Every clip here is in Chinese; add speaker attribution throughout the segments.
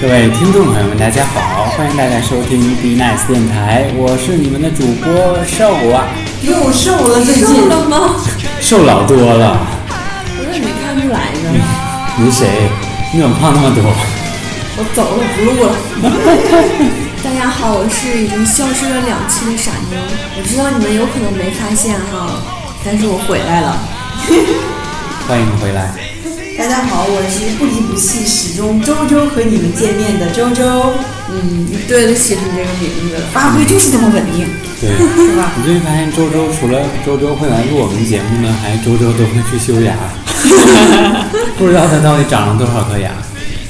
Speaker 1: 各位听众朋友们，大家好，欢迎大家收听 Be Nice 电台，我是你们的主播瘦啊，
Speaker 2: 又瘦了，最
Speaker 3: 瘦
Speaker 2: 近
Speaker 3: 了吗？
Speaker 1: 瘦老多了。
Speaker 3: 我怎么没看出来呢？
Speaker 1: 你谁？你怎么胖那么多？
Speaker 2: 我走了，不录了。
Speaker 3: 大家好，我是已经消失了两期的傻妞。我知道你们有可能没发现哈，但是我回来了。
Speaker 1: 欢迎回来。
Speaker 2: 大家好，我是不离不弃，始终周周和你们见面的周周，
Speaker 3: 嗯，你对得起你这个名字，发挥就是这么稳定。
Speaker 1: 对，
Speaker 2: 是吧？
Speaker 1: 你最近发现周周除了周周会来录我们节目呢，还周周都会去修牙，不知道他到底长了多少颗牙。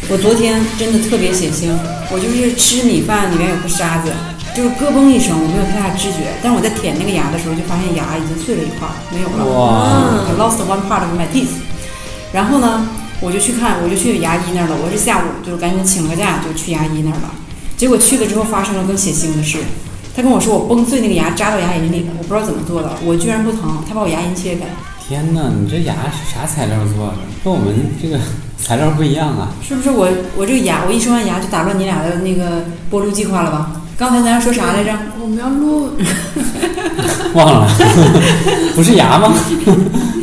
Speaker 2: 我昨天真的特别血腥，我就是吃米饭里面有个沙子，就是咯嘣一声，我没有太大知觉，但是我在舔那个牙的时候，就发现牙已经碎了一块儿，没有了。嗯
Speaker 1: 哇
Speaker 2: ！I lost one part of my teeth。然后呢，我就去看，我就去牙医那儿了。我是下午就是赶紧请个假就去牙医那儿了。结果去了之后发生了更血腥的事，他跟我说我崩碎那个牙扎到牙龈里了，我不知道怎么做的，我居然不疼，他把我牙龈切开。
Speaker 1: 天哪，你这牙是啥材料做的？跟我们这个材料不一样啊。
Speaker 2: 是不是我我这个牙，我一说完牙就打乱你俩的那个播出计划了吧？刚才咱要说啥来着？
Speaker 3: 我们要录，
Speaker 1: 忘了， 不是牙吗？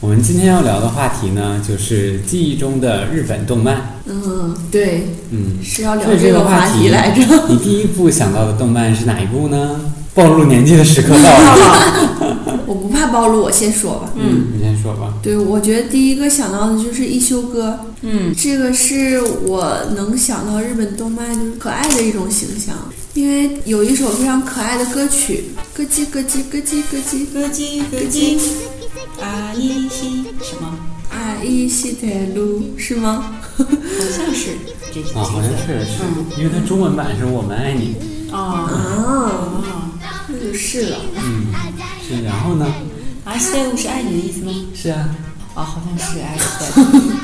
Speaker 1: 我们今天要聊的话题呢，就是记忆中的日本动漫。
Speaker 3: 嗯，对，
Speaker 1: 嗯，
Speaker 3: 是要聊
Speaker 1: 对
Speaker 3: 这
Speaker 1: 这
Speaker 3: 个
Speaker 1: 个话
Speaker 3: 话题来着。
Speaker 1: 你第一部想到的动漫是哪一部呢？暴露年纪的时刻到 了。
Speaker 3: 我不怕暴露，我先说吧。
Speaker 1: 嗯，你先说吧。
Speaker 3: 对，我觉得第一个想到的就是一休哥，
Speaker 2: 嗯，
Speaker 3: 这个是我能想到日本动漫就是可爱的一种形象，因为有一首非常可爱的歌曲，咯叽咯叽咯叽咯叽
Speaker 2: 咯叽咯叽，啊依西什么？
Speaker 3: 啊，一西铁路是吗？
Speaker 2: 好像是这这
Speaker 1: 啊，好像是是，
Speaker 3: 嗯
Speaker 1: 因为它中文版是我们爱你。
Speaker 2: 个啊
Speaker 3: 啊，
Speaker 2: 啊！
Speaker 3: 那就是了。
Speaker 1: 嗯，是。然后呢？
Speaker 2: 阿西代是爱你的意思吗？
Speaker 1: 是啊，
Speaker 2: 啊，好像是爱你的。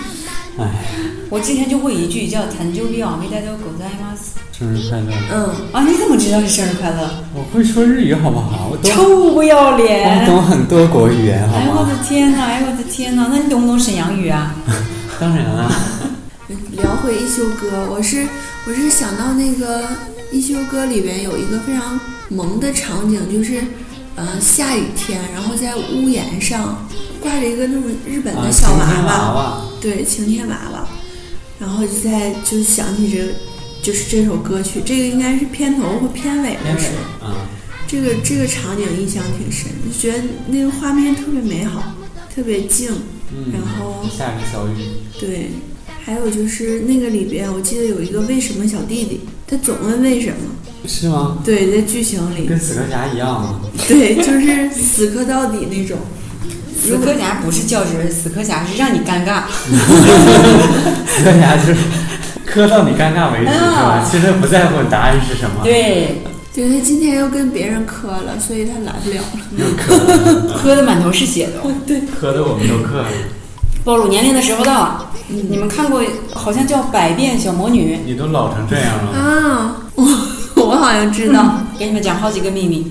Speaker 1: 哎，
Speaker 2: 我之前就会一句叫“弹就比昂没带到狗在吗
Speaker 1: 生日快乐！
Speaker 3: 嗯，”
Speaker 2: 啊，你怎么知道是生日快乐？
Speaker 1: 我会说日语好不好？我懂，
Speaker 2: 臭不要
Speaker 1: 我
Speaker 2: 脸！
Speaker 1: 啊懂很多国语言好
Speaker 2: 哎我
Speaker 1: 吗？
Speaker 2: 的天呐，哎我的天呐，那你懂不懂沈阳 语啊？
Speaker 1: 当然啊，
Speaker 3: 聊回一休哥，我是我是想到那个一休哥里边有一个非常萌的场景，就是呃下雨天，然后在屋檐上挂着一个那种日本
Speaker 1: 啊
Speaker 3: 的小
Speaker 1: 晴
Speaker 3: 娃
Speaker 1: 天娃
Speaker 3: 娃，
Speaker 1: 娃。
Speaker 3: 对，晴天娃娃，然后就在就想起这就是这首歌曲，这个应该是片头或片尾
Speaker 1: 天
Speaker 3: 了，
Speaker 1: 使
Speaker 3: 是。
Speaker 1: 啊，
Speaker 3: 这个这个场景印象挺深，就觉得那个画面特别美好，特别静。
Speaker 1: 嗯，
Speaker 3: 然后
Speaker 1: 下着小雨，
Speaker 3: 对，还有就是那个里边，我记得有一个为什么小弟弟，他总问为什么。
Speaker 1: 是吗？
Speaker 3: 对，在剧情里
Speaker 1: 跟，死磕侠一样吗？
Speaker 3: 对，就是死磕到底那种。
Speaker 2: 死磕侠不是较真儿，死磕侠是让你尴尬。
Speaker 1: 啊死磕侠就是磕到你尴尬为止，是吧？
Speaker 2: 啊
Speaker 1: 其实不在乎答案是什么。
Speaker 2: 对，
Speaker 3: 对他今天又跟别人磕了，所以他来不了了。
Speaker 1: 又磕了，
Speaker 2: 磕的满头是血都。
Speaker 3: 对，
Speaker 1: 磕的我们都磕了。
Speaker 2: 暴露年龄的时候到了，你们看过好像叫《百变小魔女
Speaker 1: 你都老成这样了，
Speaker 2: 嗯
Speaker 3: 啊，我我好像知道，》，
Speaker 2: 给你们讲好几个秘密。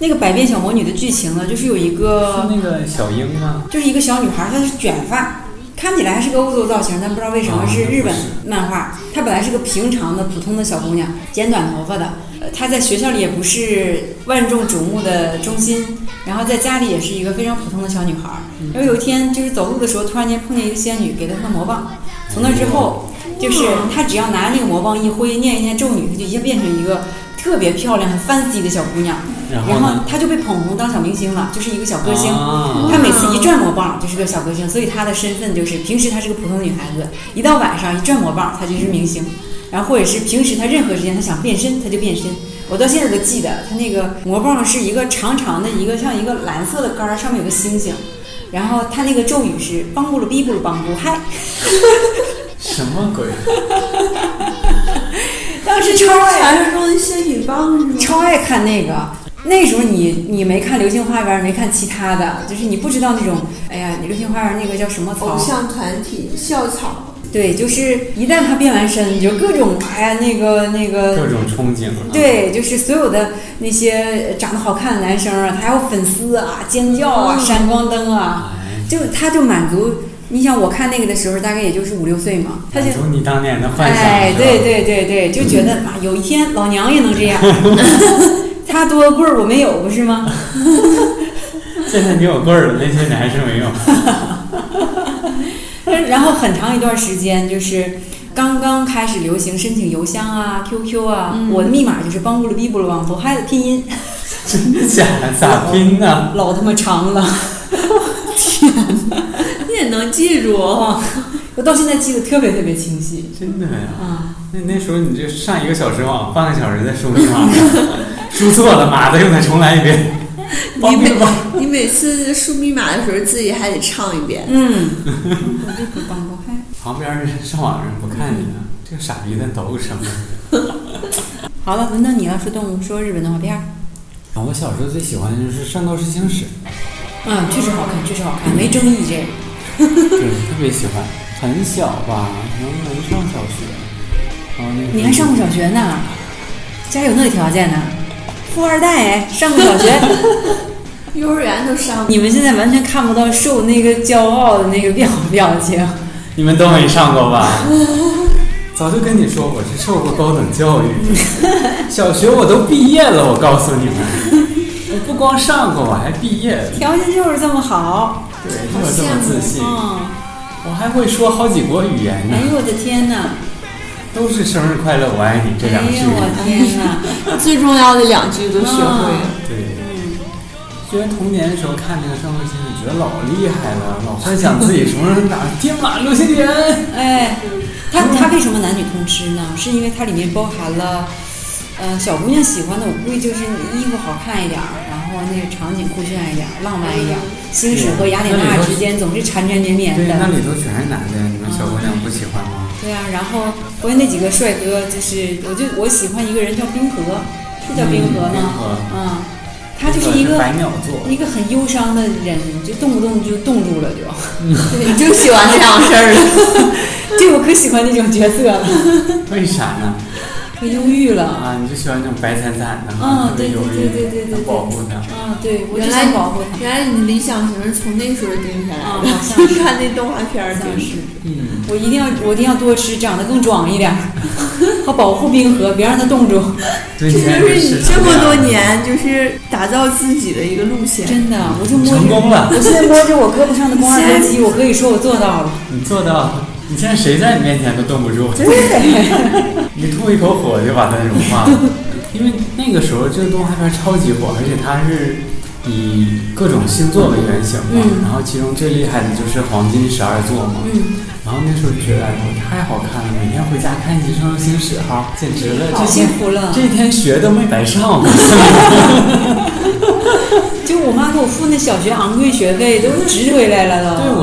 Speaker 2: 那个《百变小魔女》的剧情呢，就是有一个
Speaker 1: 是那个小樱吗？
Speaker 2: 就是一个小女孩，她是卷发，看起来还是个欧洲造型，但不知道为什么
Speaker 1: 啊
Speaker 2: 是日本
Speaker 1: 不是
Speaker 2: 漫画。她本来是个平常的普通的小姑娘，剪短头发的。呃她在学校里也不是万众瞩目的中心，然后在家里也是一个非常普通的小女孩。然后有一天，就是走路的时候，突然间碰见一个仙女，给了她魔棒。从那之
Speaker 1: 嗯
Speaker 2: 后，就是她只要拿那个魔棒一挥，念一念咒语，她就一下变成一个特别漂亮、很 fancy 的小姑娘。
Speaker 1: 然
Speaker 2: 然
Speaker 1: 后
Speaker 2: 后
Speaker 1: 呢？
Speaker 2: 她就被捧红当小明星了，就是一个小歌星。
Speaker 1: 啊，
Speaker 2: 她每次一转魔棒就是个小歌星，所以她的身份就是平时她是个普通的女孩子，一到晚上一转魔棒，她就是明星。然后或者是平时她任何时间她想变身，她就变身。我到现在都记得，她那个魔棒是一个长长的一个像一个蓝色的杆儿，上面有个星星。然后她那个咒语是邦布鲁比布鲁邦布嗨，
Speaker 1: 什么鬼？
Speaker 2: 当时
Speaker 3: 这
Speaker 2: 超
Speaker 3: 不是
Speaker 2: 爱
Speaker 3: 传说中的仙女棒是吗？
Speaker 2: 超爱看那个。那时候你你没看《流星花园》，没看其他的，就是你不知道那种，哎呀，你《流星花园》那个叫什么草
Speaker 3: 偶？像团体校草，
Speaker 2: 对，就是一旦他变完身，你就各种哎呀，那个那个，
Speaker 1: 各种憧憬啊！
Speaker 2: 对，就是所有的那些长得好看的男生啊，他还有粉丝啊，尖叫啊，
Speaker 3: 嗯
Speaker 2: 闪光灯啊，
Speaker 1: 哎，
Speaker 2: 就他就满足你想，我看那个的时候，大概也就是五六岁嘛，他就
Speaker 1: 满足你当年的嗯幻想，
Speaker 2: 哎，
Speaker 1: 是吧
Speaker 2: 对，对对对，就觉得啊，有一天老娘也能这 样， 他多棍儿我没有，不是吗？
Speaker 1: 现在你有棍儿了，那些你还是没有，
Speaker 2: 然后很长一段时间就是。刚刚开始流行申请邮箱啊、QQ 啊，
Speaker 3: 嗯
Speaker 2: 我的密码就是邦布鲁比布鲁网头嗨的拼音，
Speaker 1: 真的假的？咋拼呢？
Speaker 2: 老他妈长了，
Speaker 3: 你也能记住
Speaker 2: 哦， 我到现在记得特别特别清晰
Speaker 1: 真的呀？
Speaker 2: 啊！
Speaker 1: 那那时候你就上一个小时网，半个小时再输密 码，输错了码子又得重来一遍。 哦
Speaker 3: 你每你每次输密码的时候，自己还得唱一遍。
Speaker 2: 嗯，我这不邦布嗨。
Speaker 1: 旁边人上网人不看你呢，这个傻逼在抖什么？
Speaker 2: 好了，轮到你了，说动物，说日本动画片儿。
Speaker 3: 嗯
Speaker 1: 啊，我小时候最喜欢的就是《圣斗士星矢》，
Speaker 2: 嗯，确实好看，确实好看，没争议这个。
Speaker 1: 对，特别喜欢。很小吧，可能没上小学，然后那个
Speaker 2: 你还上过小学呢？家有那条件呢？富二代哎，上过小学。
Speaker 3: 幼儿园都上过，
Speaker 2: 你们现在完全看不到受那个骄傲的那个表表情。
Speaker 1: 你们都没上过吧？ 早就跟你说我是受过高等教育， 小学我都毕业了，我告诉你们，我不光上过，我还毕业了，
Speaker 2: 条件就是这么好。
Speaker 1: 对，我这么自信，
Speaker 2: 嗯，
Speaker 1: 我还会说好几国语言呢
Speaker 2: 哎，呦我的天哪！
Speaker 1: 都是生日快乐，我爱你这两
Speaker 2: 哎
Speaker 1: 句
Speaker 2: 呦。我天 哪！
Speaker 3: 最重要的两句都学会了。
Speaker 1: 对，
Speaker 2: 嗯
Speaker 1: 觉得童年的时候看这个《圣斗士星矢》，觉得老厉害 了，老幻想自己什么时候打天马流星拳。
Speaker 2: 哎，它它为什么男女通吃呢？是因为它里面包含了，呃，小姑娘喜欢的，我估计就是你衣服好看一点儿，然后那个场景酷炫一点儿，浪漫一点儿。星矢和雅典娜之间总是缠缠绵绵
Speaker 1: 对，那
Speaker 2: 的。
Speaker 1: 里头全是男的，你们小姑娘不喜欢吗？
Speaker 2: 对啊，然后关键那几个帅哥，就是我就我喜欢一个人叫冰河，是叫冰河
Speaker 1: 嗯冰
Speaker 2: 吗
Speaker 1: 河？
Speaker 2: 嗯，他就是一个
Speaker 1: 白鸟座，
Speaker 2: 一个很忧伤的人，就动不动就冻住了就。
Speaker 3: 嗯对，你就喜欢这样事儿了。
Speaker 2: 对，我可喜欢那种角色 啊了，
Speaker 1: 为啥呢？
Speaker 2: 可忧郁了。
Speaker 1: 啊，你就喜欢那种白惨惨的，
Speaker 2: 嗯
Speaker 1: 特别忧郁
Speaker 2: 对对对对对对
Speaker 1: 保护她。
Speaker 2: 啊，对，我就
Speaker 3: 原来
Speaker 2: 想
Speaker 3: 你
Speaker 2: 保护他。
Speaker 3: 原来你的嗯理想型是从那时候定下来的，
Speaker 2: 啊好像是
Speaker 3: 看那动画片儿
Speaker 2: 好像
Speaker 3: 定
Speaker 2: 是
Speaker 3: 的。
Speaker 1: 嗯，
Speaker 2: 我一定要，我一定要多吃，长得更壮一点儿， 好保护冰河，别让它冻住。
Speaker 1: 对，
Speaker 3: 这
Speaker 1: 现在
Speaker 3: 就是
Speaker 1: 是
Speaker 3: 你这么
Speaker 1: 啊
Speaker 3: 多年就是打造自己的一个路线。
Speaker 2: 真的，我就摸着
Speaker 1: 成功了
Speaker 2: 我现在摸着我胳膊上的肱二头肌，我可以说我做到了。
Speaker 1: 你做到，你现在谁在你面前都冻不 住。
Speaker 2: 真的，
Speaker 1: 你吐一口火就把它融化 了。因为那个时候这个动画片超级火，而且它是以各种星座为原型嘛，
Speaker 2: 嗯
Speaker 1: 然后其中最厉害的就是黄金十二座嘛。
Speaker 2: 嗯，
Speaker 1: 然后那时候就觉得哎呦太好看了，每天回家看一集《圣斗士星矢》哈，简直了！
Speaker 2: 好
Speaker 1: 这
Speaker 2: 幸
Speaker 1: 些
Speaker 2: 福啊了。
Speaker 1: 这一天学都没白上，
Speaker 2: 就我妈给我付那小学昂贵学费都值回来了都。
Speaker 1: 对我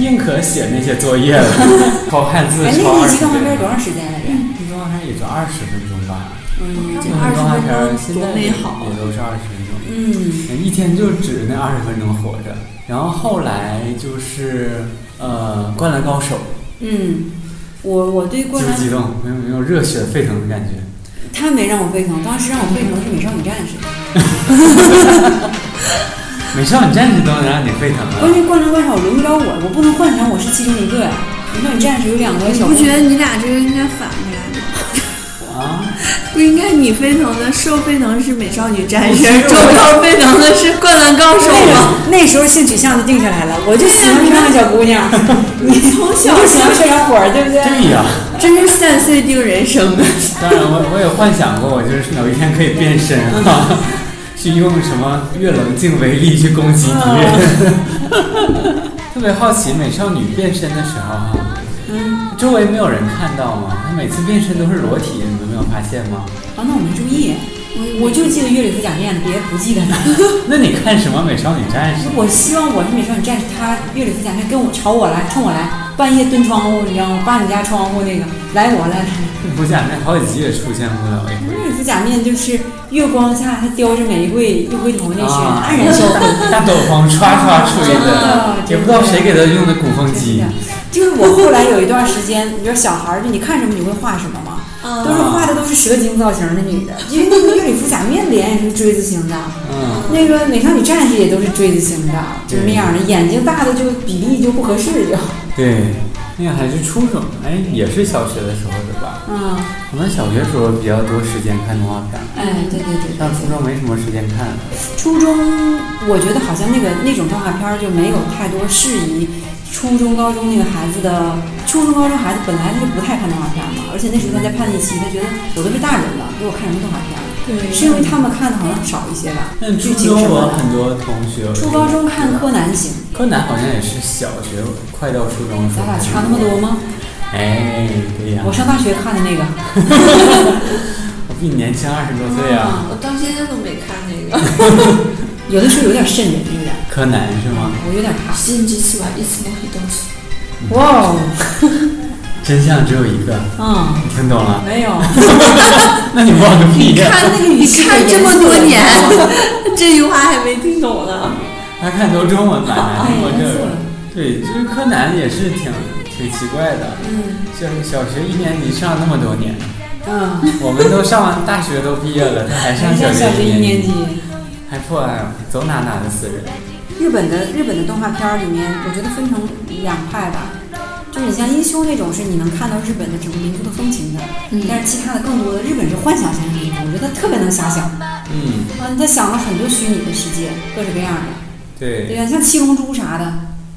Speaker 1: 硬硬可写那些作业了，好汉字
Speaker 2: 哎，那
Speaker 1: 超
Speaker 2: 个
Speaker 1: 二
Speaker 2: 一
Speaker 1: 十
Speaker 2: 集动画
Speaker 1: 分
Speaker 2: 片儿多
Speaker 1: 钟，
Speaker 2: 长时间来着？
Speaker 1: 一集动画片也就二十分钟吧。
Speaker 2: 嗯
Speaker 3: 这
Speaker 1: 那
Speaker 3: 二
Speaker 1: 动画片儿
Speaker 3: 十
Speaker 1: 现
Speaker 3: 分钟
Speaker 1: 在
Speaker 3: 多美好
Speaker 1: 也，都是二十分钟。
Speaker 2: 嗯，
Speaker 1: 一天就只那二十分钟活着。然后后来就是呃，《灌篮高手
Speaker 2: 嗯，我我对》灌
Speaker 1: 激不
Speaker 2: 篮，
Speaker 1: 激动？没有没有热血沸腾的感觉。
Speaker 2: 他没让我沸腾，当时让我沸腾的是美少女战士。
Speaker 1: 美少女战士都能让你沸腾啊了
Speaker 2: 关，键灌篮高手轮不着我，我不能幻想我是其中一个呀。美少女战士有两个
Speaker 3: 你
Speaker 2: 小
Speaker 3: 不
Speaker 2: 姑
Speaker 3: 觉
Speaker 2: 娘，
Speaker 3: 得你俩这个应该反着来
Speaker 1: 啊，
Speaker 3: 吗？不应该你沸腾的受沸腾是美少女战士，
Speaker 1: 不是
Speaker 3: 周涛沸腾的是灌篮高手
Speaker 2: 那
Speaker 3: 吗？
Speaker 2: 个那时候性取向就定下来了，我就喜欢漂亮小姑娘，你
Speaker 3: 从小
Speaker 2: 就喜欢小小伙儿，对不对？
Speaker 1: 对呀、
Speaker 3: 真是三岁定人生啊！
Speaker 1: 当然我我也幻想过，我就是有一天可以变身 啊，去用什么月冷静为例去攻击敌人。 特别好奇美少女变身的时候哈、
Speaker 2: 嗯，
Speaker 1: 周围没有人看到吗？她每次变身都是裸体，你们没有发现吗？
Speaker 2: 啊，那我没注意，我就记得月里服假面，别的不记得了。
Speaker 1: 那你看什么美少女战士？
Speaker 2: 我希望我是美少女战士，她月里服假面跟我朝我来，冲我来，半夜蹲窗户，你知道吗？扒你家窗户那个，来我来来。
Speaker 1: 我假面好几集也出现过了，哎，
Speaker 2: 月里服假面就是月光下，她叼着玫瑰，一回头那是
Speaker 1: 啊
Speaker 2: 黯然销魂。
Speaker 1: 大斗篷刷刷吹
Speaker 2: 啊
Speaker 1: 的，也不知道谁给他用的鼓风机
Speaker 2: 嗯真的。就是我后来有一段时间，你说小孩儿，就你看什么你会画什么吗？都是画的都是蛇精造型的女的，因为那个乐里夫假面脸也是锥子形的，
Speaker 1: 嗯，
Speaker 2: 那个美少女战士也都是锥子形的，就是那样的，眼睛大的就比例就不合适就，
Speaker 1: 对，那个还是初中，哎，也是小学的时候的吧？
Speaker 2: 嗯，
Speaker 1: 我们小学时候比较多时间看动画片儿，
Speaker 2: 哎，对对对对
Speaker 1: 上。初中没什么时间看。
Speaker 2: 初中，我觉得好像那个那种动画片儿就没有太多适宜初中、高中那个孩子的。初中、高中孩子本来他就不太看动画片儿嘛，而且那时候他在叛逆期，他觉得我都是大人了，给我看什么动画片儿？
Speaker 3: 对
Speaker 2: 是因为他们看的好像少一些吧。
Speaker 1: 但嗯初
Speaker 2: 剧情
Speaker 1: 中
Speaker 2: 什
Speaker 1: 我
Speaker 2: 么的
Speaker 1: 很多同学，
Speaker 2: 初高中看柯南行，
Speaker 1: 柯南好像也是小学快到初中的时
Speaker 2: 咱
Speaker 1: 候看
Speaker 2: 俩
Speaker 1: 的。
Speaker 2: 差那么多吗？
Speaker 1: 哎，对呀、
Speaker 2: 我上大学看的那个，
Speaker 1: 我比你年轻二十多岁啊。
Speaker 3: 我到现在都没看那个。
Speaker 2: 有的时候有点瘆人，有点，
Speaker 1: 柯南是吗？
Speaker 2: 我有点怕。
Speaker 3: 信じつはいつもひとつ。
Speaker 2: 哇哦，
Speaker 1: 真相只有一个，
Speaker 2: 嗯，
Speaker 1: 你听懂了？
Speaker 2: 没有，
Speaker 1: 那你忘个屁呀！
Speaker 2: 看那个语气，
Speaker 3: 看这么多年， 这句话还没听懂呢。
Speaker 1: 他看都中文版的，
Speaker 2: 哎
Speaker 1: 我
Speaker 2: 严肃
Speaker 1: 这
Speaker 2: 了
Speaker 1: 对，就是柯南也是挺挺奇怪的。
Speaker 3: 嗯，
Speaker 1: 就是小学一年级上那么多年，
Speaker 2: 嗯，
Speaker 1: 我们都上完大学都毕业了，他还上
Speaker 2: 上小
Speaker 1: 学
Speaker 2: 学一年
Speaker 1: 级，
Speaker 2: 级。
Speaker 1: 还破案，走哪哪的死人。
Speaker 2: 日本的日本的动画片儿里面，我觉得分成两派吧，就是你像英修那种是你能看到日本的整个民族的风情的，但是其他的更多的日本是幻想型的民族，我觉得他特别能遐想，
Speaker 1: 嗯，
Speaker 2: 嗯，他想了很多虚拟的世界，各式各样的，对啊
Speaker 1: 对，
Speaker 2: 呀，像七龙珠啥的，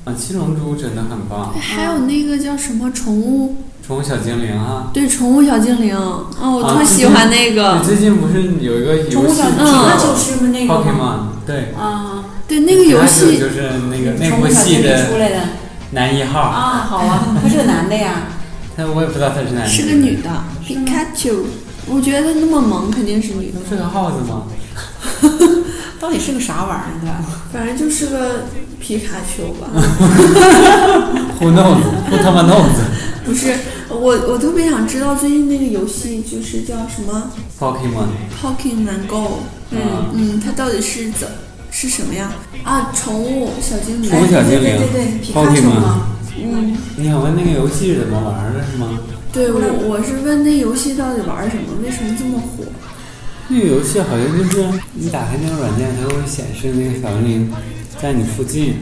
Speaker 1: 啊，七龙珠真的很棒，
Speaker 3: 还有那个叫什么宠物？
Speaker 1: 宠物小精灵啊。
Speaker 3: 对，宠物小精灵。哦，我
Speaker 1: 啊
Speaker 3: 特喜欢那个
Speaker 1: 你。最近不是有一个
Speaker 2: 嗯宠
Speaker 1: 游
Speaker 2: 物
Speaker 1: 戏
Speaker 2: 小精
Speaker 3: 嗯
Speaker 2: 那就是那个吗？
Speaker 1: Pokemon，对，
Speaker 2: 啊，
Speaker 3: 对，那个游
Speaker 1: 它就
Speaker 3: 戏
Speaker 1: 就是那个那
Speaker 2: 宠
Speaker 1: 部
Speaker 2: 物小
Speaker 1: 戏
Speaker 2: 精灵出
Speaker 1: 的
Speaker 2: 来的
Speaker 1: 男一号，
Speaker 2: 啊，好 啊，他是个男的呀，
Speaker 1: 但我也不知道他是男的。
Speaker 3: 是个女的，Pikachu。我觉得她那么萌，肯定是女的。
Speaker 1: 是个耗子吗？
Speaker 2: 到底是个啥玩意儿的？
Speaker 3: 反正就是个皮卡丘吧。
Speaker 1: 糊弄子，糊他妈弄子。
Speaker 3: 不是，我我特别想知道最近那个游戏就是叫什么
Speaker 1: Pokemon，
Speaker 3: Pokemon Go。
Speaker 1: 嗯，
Speaker 3: 嗯，它到底是怎是什么呀？啊，宠物小精灵。
Speaker 1: 宠物小精灵
Speaker 2: 对对对，皮卡丘
Speaker 1: ，Pokemon
Speaker 2: 吗？。
Speaker 3: 嗯，
Speaker 1: 你想问那个游戏是怎么玩的，是吗？
Speaker 3: 对我我是问那游戏到底玩什么？为什么这么火？
Speaker 1: 那个游戏好像就是你打开那个软件，它会显示那个小精灵在你附近，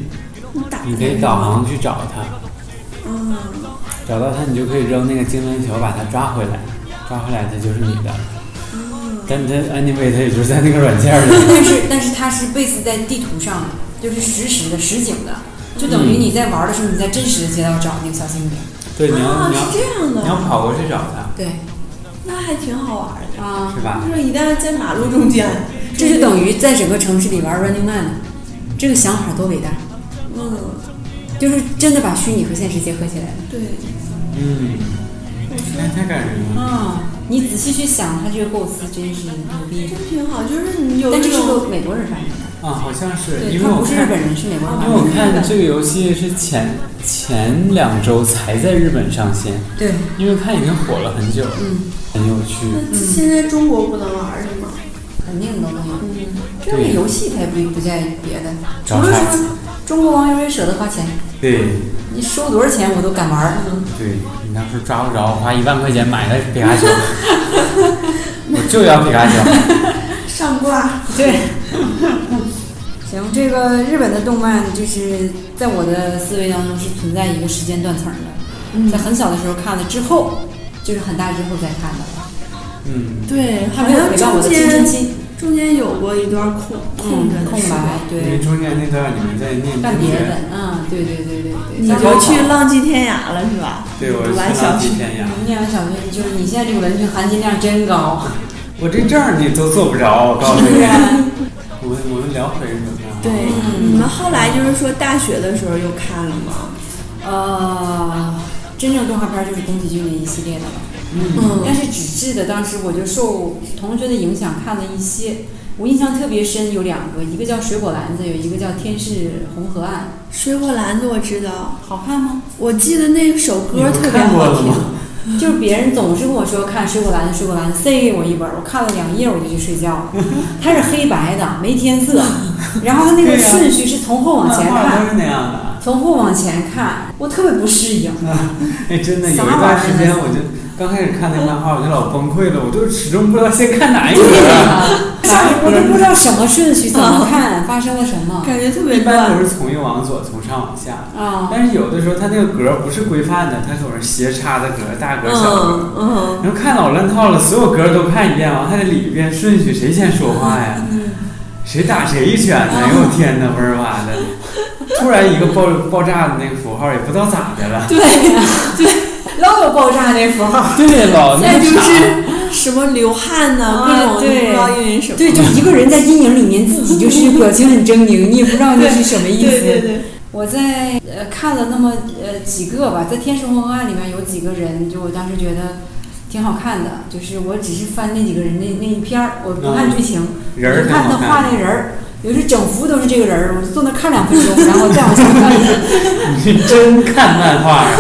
Speaker 3: 你打
Speaker 1: 你可以导航去找它，
Speaker 3: 啊
Speaker 1: 找到它你就可以扔那个精灵球把它抓回来，抓回来它就是你的。但它 anyway 它也就是在那个软件 里。
Speaker 2: 但是但是它是 base 在地图上的，就是实时的实景的，就等于你在玩的时候，你在真实的街道找那个小精灵。
Speaker 1: 对，你要、
Speaker 2: 哦
Speaker 3: 啊，
Speaker 1: 你要
Speaker 3: 是这样
Speaker 1: 你要
Speaker 3: 的，
Speaker 1: 跑过去找它，
Speaker 2: 对
Speaker 3: 那还挺好玩的。
Speaker 2: 啊，
Speaker 1: 是吧？
Speaker 3: 就是一旦在马路中间，
Speaker 2: 这就等于在整个城市里玩 Running Man 了。这个想法多伟大，
Speaker 3: 嗯，
Speaker 2: 就是真的把虚拟和现实结合起来了。
Speaker 3: 对，
Speaker 1: 嗯，哎，太感人了。
Speaker 2: 啊，你仔细去想，他这个构思真是牛逼。
Speaker 3: 真挺好。就是你有
Speaker 2: 但这
Speaker 3: 一
Speaker 2: 是
Speaker 3: 种
Speaker 2: 个美国人发明的，
Speaker 1: 啊，好像是，
Speaker 2: 对，
Speaker 1: 因为
Speaker 2: 他
Speaker 1: 我
Speaker 2: 不是日
Speaker 1: 看，
Speaker 2: 本人，是美国人发
Speaker 1: 因为
Speaker 2: 明
Speaker 1: 我
Speaker 2: 的。
Speaker 1: 看这个游戏是前前两周才在日本上线，
Speaker 2: 对，
Speaker 1: 因为它已经火了很久了，
Speaker 2: 嗯，
Speaker 1: 很有趣。
Speaker 3: 那现在中国不能玩是吗？
Speaker 2: 肯定都能有。
Speaker 3: 嗯，
Speaker 2: 这个游戏它也不不在于别的，除
Speaker 1: 找
Speaker 2: 了
Speaker 1: 啥
Speaker 2: 说中国网友也舍得花钱。
Speaker 1: 对
Speaker 2: 你收多少钱我都敢玩儿。
Speaker 3: 嗯
Speaker 1: 对，你当时抓不着，花一万块钱买了皮卡丘，我就要皮卡 丘。
Speaker 3: 上挂。
Speaker 2: 对，行，这个日本的动漫就是在我的思维当中是存在一个时间断层
Speaker 3: 嗯
Speaker 2: 的，在很小的时候看了之后，就是很大之后再看的了，
Speaker 1: 嗯，
Speaker 3: 对，
Speaker 2: 它
Speaker 3: 好
Speaker 2: 没有陪
Speaker 3: 像
Speaker 2: 伴我
Speaker 3: 中
Speaker 2: 的青春
Speaker 3: 间
Speaker 2: 期，
Speaker 3: 中间有过一段空空
Speaker 2: 嗯
Speaker 3: 着，的
Speaker 2: 空
Speaker 3: 时
Speaker 2: 白
Speaker 3: 光，
Speaker 1: 因为
Speaker 2: 对，
Speaker 1: 中间那段你们在念
Speaker 2: 干
Speaker 1: 中
Speaker 2: 别
Speaker 1: 学
Speaker 2: 的，，嗯，对对对对对，
Speaker 3: 你
Speaker 2: 像
Speaker 3: 就
Speaker 2: 高
Speaker 3: 去
Speaker 2: 考
Speaker 3: 浪迹天涯了是吧？
Speaker 1: 对我
Speaker 3: 读完
Speaker 1: 去
Speaker 3: 小
Speaker 1: 浪迹
Speaker 3: 学，
Speaker 1: 天涯。
Speaker 2: 你念完啊小学，就是你现在这个文学含金量真高，
Speaker 1: 我这证儿你都做不着，我告诉
Speaker 2: 是不
Speaker 1: 你
Speaker 2: 是。？
Speaker 1: 我们我们聊回日本啊。
Speaker 3: 对，你们后来就是说大学的时候又看了吗？
Speaker 2: 呃，真正动画片儿就是宫崎骏的一系列的了。但
Speaker 3: 嗯，
Speaker 2: 是纸质的，当时我就受同学的影响看了一些。我印象特别深有两个，一个叫《水果篮子》，有一个叫《天是红河岸
Speaker 3: 水果篮子我知道》，，
Speaker 2: 好看吗？
Speaker 3: 我记得那首
Speaker 1: 你
Speaker 3: 歌
Speaker 1: 们
Speaker 3: 特别
Speaker 1: 看过
Speaker 3: 好
Speaker 1: 了
Speaker 3: 听
Speaker 1: 吗。？
Speaker 2: 就是别人总是跟我说看《水果篮子》，《水果篮子》，塞给我一本，我看了两页我就去睡觉 了。它是黑白的，没填 色，然后它那个
Speaker 1: 对呀
Speaker 2: 顺序是从后往前
Speaker 1: 漫画都
Speaker 2: 看，
Speaker 1: 是那样的。
Speaker 2: 从后往前看，我特别不适应。
Speaker 1: 哎，真的有一
Speaker 2: 啥玩意
Speaker 1: 段
Speaker 2: 儿
Speaker 1: 时间，我就刚开始看那漫画，我就老崩溃了，我就始终不知道先看
Speaker 2: 哎
Speaker 1: 哪一个。
Speaker 2: 下一步都不知道什么顺序，怎么看，发生了什 么
Speaker 3: 感觉特
Speaker 1: 一
Speaker 3: 别
Speaker 1: 般
Speaker 3: 乱
Speaker 1: 都。是从右往左，从上往下。
Speaker 2: 啊？
Speaker 1: 但是有的时候它那个格不是规范的，它总是斜插的格，大格小格。
Speaker 3: 嗯嗯，
Speaker 1: 然后看老乱套了，所有格都看一遍，完还得理一遍顺序，谁先说话呀？谁打谁一拳呢？哎呦我天哪，玩儿哇的！突然一个爆爆炸的那个符号，也不知道咋的了。
Speaker 2: 对呀，对， 老有爆炸那符号。
Speaker 1: 对，老那
Speaker 3: 再
Speaker 1: 个
Speaker 3: 就
Speaker 1: 啊啥
Speaker 3: 是嗯什么流汗呐，
Speaker 2: 啊
Speaker 3: 各种
Speaker 2: 对
Speaker 3: 你不知道因为什么。
Speaker 2: 对，就一个人在阴影里面，自己 就是表情很狰狞，你也不知道那是什么意思。
Speaker 3: 对对对，
Speaker 2: 我在呃看了那么呃几个吧，在《天使红河岸》里面有几个人，就我当时觉得挺好看的，就是我只是翻那几个人那那一篇儿，我不看剧情，
Speaker 1: 嗯人
Speaker 2: 我
Speaker 1: 儿
Speaker 2: 就
Speaker 1: 挺
Speaker 2: 看他
Speaker 1: 好
Speaker 2: 画
Speaker 1: 看
Speaker 2: 那人儿，有时整幅都是这个人儿，我就坐那看两分钟，然后再往下看。
Speaker 1: 的，你是真看漫画啊？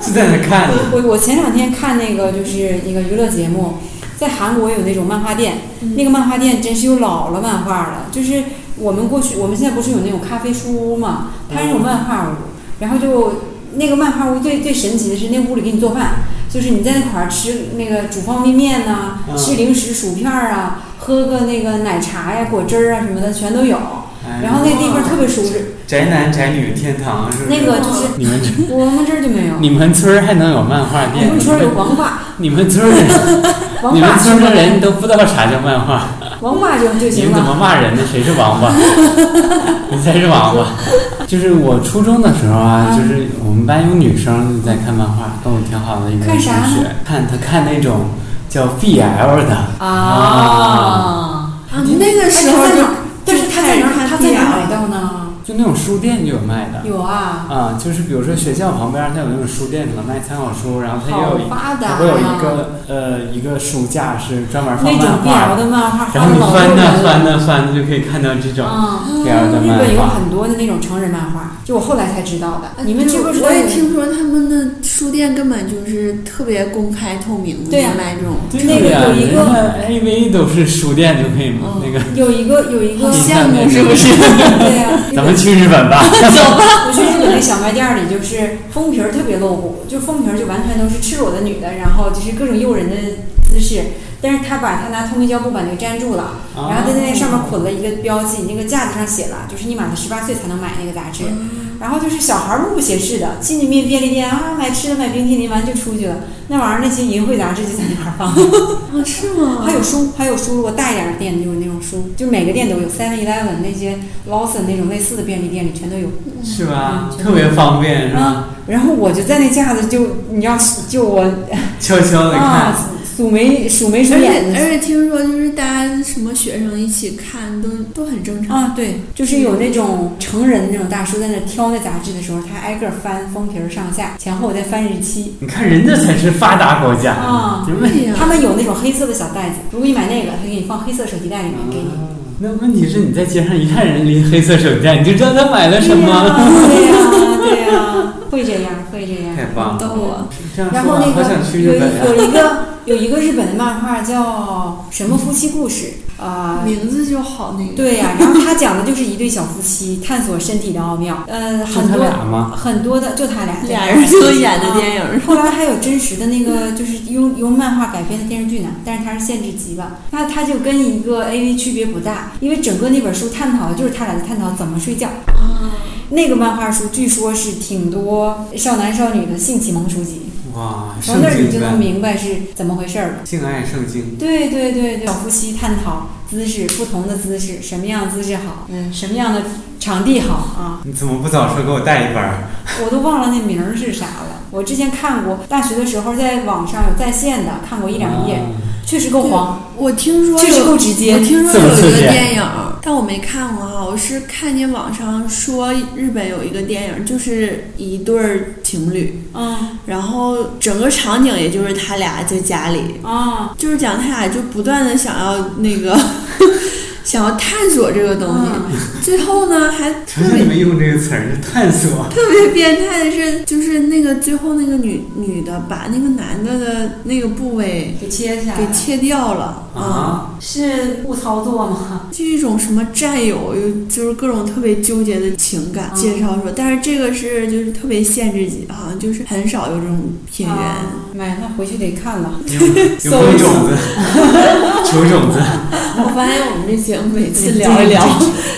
Speaker 1: 就在那看呢。
Speaker 2: 我我前两天看那个就是一个娱乐节目，在韩国有那种漫画店，
Speaker 3: 嗯
Speaker 2: 那个漫画店真是有老了漫画了，就是我们过去我们现在不是有那种咖啡书屋嘛，它是有
Speaker 1: 嗯
Speaker 2: 漫画屋，然后就那个漫画屋最最神奇的是那屋里给你做饭，就是你在那块儿吃那个煮方便面呐、
Speaker 1: 嗯
Speaker 2: 吃零食薯片儿啊，喝个那个奶茶呀、果汁儿啊什么的全都有，
Speaker 1: 哎
Speaker 2: 然后那地方特别舒适，
Speaker 1: 宅男宅女天堂是不是？
Speaker 2: 那个就是
Speaker 1: 你们这
Speaker 2: 我们这儿就没有，
Speaker 1: 你们村儿还能有漫画
Speaker 2: 我
Speaker 1: 店？
Speaker 2: 们村儿有王霸，
Speaker 1: 你们村儿人，
Speaker 2: 王
Speaker 1: 你
Speaker 2: 霸
Speaker 1: 们
Speaker 2: 是
Speaker 1: 村儿
Speaker 2: 个
Speaker 1: 的人都不知道啥叫漫画，
Speaker 2: 王霸就就
Speaker 1: 你
Speaker 2: 行啊
Speaker 1: 们怎么
Speaker 2: 了。
Speaker 1: 骂人呢？谁是王 八？你才是王八。就是我初中的时候啊，
Speaker 2: 嗯
Speaker 1: 就是我们班有女生在看漫画，跟我挺好的一个同
Speaker 2: 看啥呢
Speaker 1: 学，看她看那种叫 BL 的
Speaker 2: 啊，
Speaker 3: 啊，那个时候
Speaker 2: 哎
Speaker 3: 就，
Speaker 2: 但是他在哪儿？
Speaker 3: 就
Speaker 2: 他
Speaker 3: 太
Speaker 2: 在
Speaker 3: 厉害
Speaker 2: 哪
Speaker 3: 了
Speaker 2: 儿买到呢？
Speaker 1: 就那种书店就有卖的。
Speaker 2: 有啊，
Speaker 1: 啊，就是比如说学校旁边儿它有那种书店，可能卖参考书，然后它也
Speaker 2: 好
Speaker 1: 有一
Speaker 2: 发
Speaker 1: 它
Speaker 2: 达呀！
Speaker 1: 会有一个呃一个书架是专门放
Speaker 2: 啊那
Speaker 1: 漫
Speaker 2: 种
Speaker 1: 画
Speaker 2: 变的漫画，
Speaker 1: 然后你翻
Speaker 2: 呐
Speaker 1: 呐翻呐翻呐，就可以看到这种
Speaker 2: 啊，
Speaker 1: 这样的
Speaker 2: 日
Speaker 1: 漫
Speaker 2: 本有
Speaker 1: 画。
Speaker 2: 很多的那种成人漫画，就我后来才知道的。啊你们知不知道？
Speaker 3: 我也听说他们的书店根本就是特别公开透明的，
Speaker 2: 对呀
Speaker 3: 就卖这种。
Speaker 1: 对
Speaker 2: 那个
Speaker 1: 呀，
Speaker 2: 有一
Speaker 1: 人
Speaker 2: 个
Speaker 1: 家 AV 都是书店就可以
Speaker 3: 嗯
Speaker 1: 那个。
Speaker 2: 有一个有一个
Speaker 3: 好
Speaker 1: 你
Speaker 3: 羡
Speaker 1: 看
Speaker 3: 慕
Speaker 1: 那个
Speaker 3: 是不是
Speaker 2: 对呀、日
Speaker 1: 咱
Speaker 2: 本
Speaker 1: 们去日 本吧。啊
Speaker 2: 我去日本那小卖店里，就是封皮儿特别露骨，就封皮儿就完全都是赤裸的女的，然后就是各种诱人的姿势。但是他把他拿透明胶布把那个粘住了，然后他在那上面捆了一个标记，那个架子上写了，就是你满了十八岁才能买那个杂志。然后就是小孩儿目不斜视的进去面便利店啊，买吃的买冰淇淋完就出去了。那玩意儿那些淫秽杂志就在那块儿放。
Speaker 3: 啊，是吗？
Speaker 2: 还有书，还有书。如果大一点儿的店就是那种书，就每个店都有，Seven Eleven 那些 Lawson 那种类似的便利店里全都有。
Speaker 1: 是吧？
Speaker 2: 嗯
Speaker 1: 特别方便是吧？
Speaker 2: 啊，然后我就在那架子就，你要就我
Speaker 1: 悄悄的
Speaker 2: 啊
Speaker 1: 看，，
Speaker 2: 数眉数眉数
Speaker 3: 而且
Speaker 2: 眼
Speaker 3: 而
Speaker 2: 的
Speaker 3: 且听说就是大家什么学生一起看都都很正常。
Speaker 2: 啊，对，就是有那种成人那种大叔在那挑那杂志的时候，他挨个翻封皮儿上下，前后再翻日期。
Speaker 1: 你看人家才是发达国家
Speaker 2: 啊，
Speaker 1: 你们
Speaker 3: 对呀，
Speaker 2: 他们有那种黑色的小袋子，如果你买那个，他给你放黑色手提袋里面给你。
Speaker 1: 那问题是你在街上一看人拎黑色手电，你就知道他买了什么。
Speaker 2: 对呀、对呀、对呀、会这样，会这样。
Speaker 1: 太棒
Speaker 3: 逗啊
Speaker 1: 了！
Speaker 3: 我，
Speaker 1: 这样
Speaker 2: 然
Speaker 1: 说
Speaker 2: 后
Speaker 1: 完，
Speaker 2: 那
Speaker 1: 好
Speaker 2: 个
Speaker 1: 想去
Speaker 2: 有
Speaker 1: 日本呀！啊
Speaker 2: 一有一个有一个日本的漫画叫什么夫妻故事啊、
Speaker 3: 名字就好那个。
Speaker 2: 对呀、然后他讲的就是一对小夫妻探索身体的奥妙，呃，
Speaker 1: 是
Speaker 2: 很
Speaker 1: 他
Speaker 2: 多
Speaker 1: 俩吗？
Speaker 2: 很多的就他俩
Speaker 3: 俩人就演的电影。
Speaker 2: 后来还有真实的那个，就是用用漫画改编的电视剧呢，但是它是限制级了。那它就跟一个 AV 区别不大，因为整个那本书探讨的就是他俩在探讨怎么睡觉。
Speaker 3: 啊，
Speaker 2: 那个漫画书据说是挺多少男少女的性启蒙书籍，
Speaker 1: 哇，
Speaker 2: 从
Speaker 1: 圣
Speaker 2: 那儿你就
Speaker 1: 经
Speaker 2: 能
Speaker 1: 呗，
Speaker 2: 明白是怎么回事儿了。
Speaker 1: 性爱圣经。
Speaker 2: 对对对对，小夫妻探讨姿势，不同的姿势，什么样的姿势好，嗯，什么样的场地好啊？
Speaker 1: 你怎么不早说给我带一本儿？
Speaker 2: 我都忘了那名儿是啥了。我之前看过，大学的时候在网上有在线的看过一两页，确实够黄，
Speaker 3: 我听说
Speaker 2: 确实
Speaker 3: 有
Speaker 2: 够直
Speaker 3: 我
Speaker 2: 接。
Speaker 3: 听说
Speaker 1: 这么
Speaker 3: 有
Speaker 1: 刺
Speaker 3: 一个
Speaker 1: 激
Speaker 3: 电影，但我没看过哈。我是看见网上说日本有一个电影，就是一对儿情侣，
Speaker 2: 嗯
Speaker 3: 然后整个场景也就是他俩在家里，
Speaker 2: 啊，
Speaker 3: 就是讲他俩就不断的想要那个。 想要探索这个东西，
Speaker 2: 嗯
Speaker 3: 最后呢还
Speaker 1: 瞧
Speaker 3: 特
Speaker 1: 瞧
Speaker 3: 别
Speaker 1: 你们用这个词儿，探索。
Speaker 3: 特别变态的是，就是那个最后那个女女的把那个男的的那个部位
Speaker 2: 给切下来
Speaker 3: 给切掉了啊，
Speaker 1: 啊，
Speaker 2: 是误操作吗？
Speaker 3: 就一种什么占有，又就是各种特别纠结的情感。
Speaker 2: 啊
Speaker 3: 介绍说，但是这个是就是特别限制级，好像就是很少有这种片源。
Speaker 2: 啊妈呀，那回去得看了。
Speaker 1: 有有没有种子？求种子。
Speaker 3: 我发现我们这节目每次
Speaker 2: 嗯
Speaker 3: 聊一聊，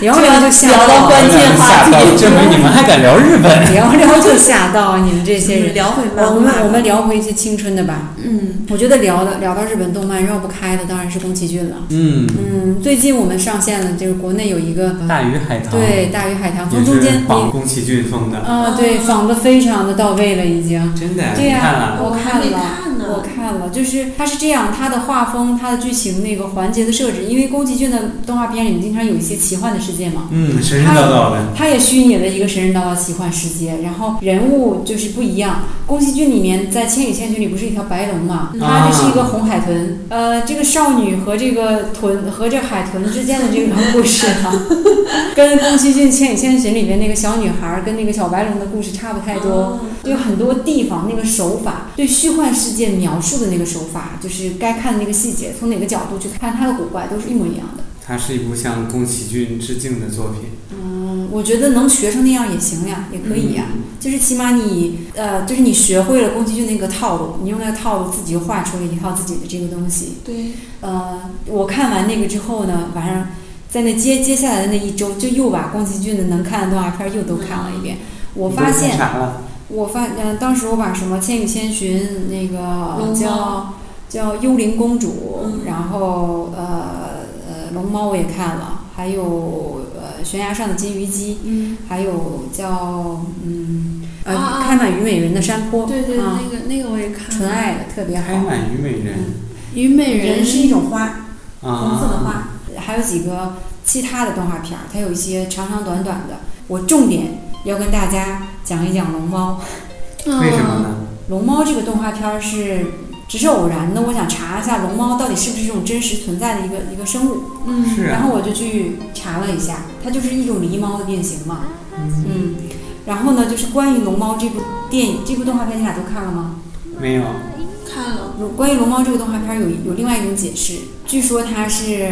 Speaker 2: 聊 聊就吓到
Speaker 3: 聊到关键话
Speaker 1: 吓到，
Speaker 3: 题，
Speaker 1: 证明你们还敢聊日本。
Speaker 2: 聊聊就吓到你们这些人。
Speaker 3: 聊回漫画
Speaker 2: 我们我们聊回一些青春的吧。
Speaker 3: 嗯，
Speaker 2: 我觉得聊的聊到日本动漫绕不开的当然是宫崎骏了。
Speaker 1: 嗯，
Speaker 2: 嗯，最近我们上线了，就是国内有一个
Speaker 1: 大鱼海棠。
Speaker 2: 对《大鱼海棠》，从
Speaker 1: 也
Speaker 2: 中
Speaker 1: 是
Speaker 2: 间
Speaker 1: 仿
Speaker 2: 你
Speaker 1: 宫崎骏风的，
Speaker 2: 啊，对，仿的非常的到位了，已经。
Speaker 1: 真的呀，
Speaker 2: 对啊
Speaker 1: 你看
Speaker 2: 呀、
Speaker 1: 了
Speaker 2: 我
Speaker 3: 还没
Speaker 2: 了，
Speaker 3: 看呢
Speaker 2: 我看了，就是它是这样，它的画风、它的剧情、那个环节的设置，因为宫崎骏的动画片里面经常有一些奇幻的世界嘛，
Speaker 1: 嗯，神神叨叨的，
Speaker 2: 它也虚拟了一个神神叨叨奇幻世界，然后人物就是不一样。宫崎骏里面在《千与千寻》里不是一条白龙嘛，它就是一个红海豚，啊呃，这个少女和这个豚和这海豚之间的这个故事啊， 跟宫崎骏《千与千寻》里面那个小女孩儿跟那个小白龙的故事差不
Speaker 3: 哦
Speaker 2: 太多。就很多地方那个手法，对虚幻世界描述的那个手法，就是该看的那个细节，从哪个角度去看它的古怪，都是一模一样的。
Speaker 1: 它是一部向宫崎骏致敬的作品，
Speaker 2: 嗯，我觉得能学成那样也行呀，也可哎以呀。
Speaker 1: 嗯
Speaker 2: 就是起码你呃，就是你学会了宫崎骏那个套路，你用那个套路自己画出了一套自己的这个东西。
Speaker 3: 对，
Speaker 2: 呃，我看完那个之后呢，晚上在那接接下来的那一周，就又把宫崎骏的能看的动画片又都看了一遍。我
Speaker 1: 你
Speaker 2: 发
Speaker 1: 都
Speaker 2: 现
Speaker 1: 看啥了？
Speaker 2: 我发，嗯、当时我把什么《千与千寻》那个
Speaker 3: 龙
Speaker 2: 叫
Speaker 3: 猫
Speaker 2: 叫《幽灵公主》
Speaker 3: 嗯
Speaker 2: 然后呃呃《龙猫》我也看了，还有呃《悬崖上的金鱼姬》，
Speaker 3: 嗯，
Speaker 2: 还有叫嗯呃
Speaker 3: 啊啊
Speaker 2: 开满虞美人的山坡》
Speaker 3: 对对，
Speaker 2: 啊，
Speaker 3: 那个那个我也看了。
Speaker 2: 纯爱的特别
Speaker 1: 开
Speaker 2: 好。
Speaker 1: 满虞美人
Speaker 3: 虞美
Speaker 2: 人
Speaker 3: 人
Speaker 2: 是一种花，嗯红色的
Speaker 1: 啊，
Speaker 2: 花，还有几个其他的动画片儿，它有一些长长短短的。我重点要跟大家讲一讲《龙猫》。
Speaker 1: 为什么？呢？
Speaker 2: 龙猫这个动画片儿是只是偶然的，我想查一下龙猫到底是不是这种真实存在的一个一个生物，
Speaker 3: 嗯
Speaker 1: 是
Speaker 2: 然
Speaker 1: 啊，
Speaker 2: 后我就去查了一下，它就是一种狸猫的变形嘛，
Speaker 1: 嗯
Speaker 2: 嗯，然后呢，就是关于龙猫这部电影这部动画片，你俩都看了吗？
Speaker 1: 没有，
Speaker 3: 看了，
Speaker 2: 关于龙猫这个动画片儿有有另外一种解释，据说它是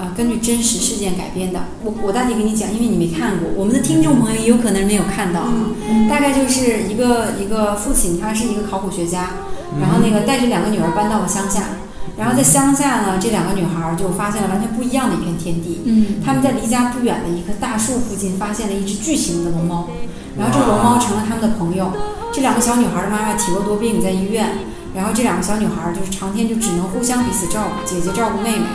Speaker 2: 呃根据真实事件改编的，我我大体给你讲，因为你没看过，我们的听众朋友也有可能没有看到啊。
Speaker 3: 嗯
Speaker 2: 大概就是一个一个父亲，他是一个考古学家，然后那个带着两个女儿搬到了乡下，然后在乡下呢，这两个女孩儿就发现了完全不一样的一片天地。
Speaker 3: 嗯，
Speaker 2: 他们在离家不远的一棵大树附近发现了一只巨型的龙猫，然后这个龙猫成了他们的朋友。这两个小女孩儿的妈妈体弱多病，在医院，然后这两个小女孩儿就是常天就只能互相彼此照顾，姐姐照顾妹妹。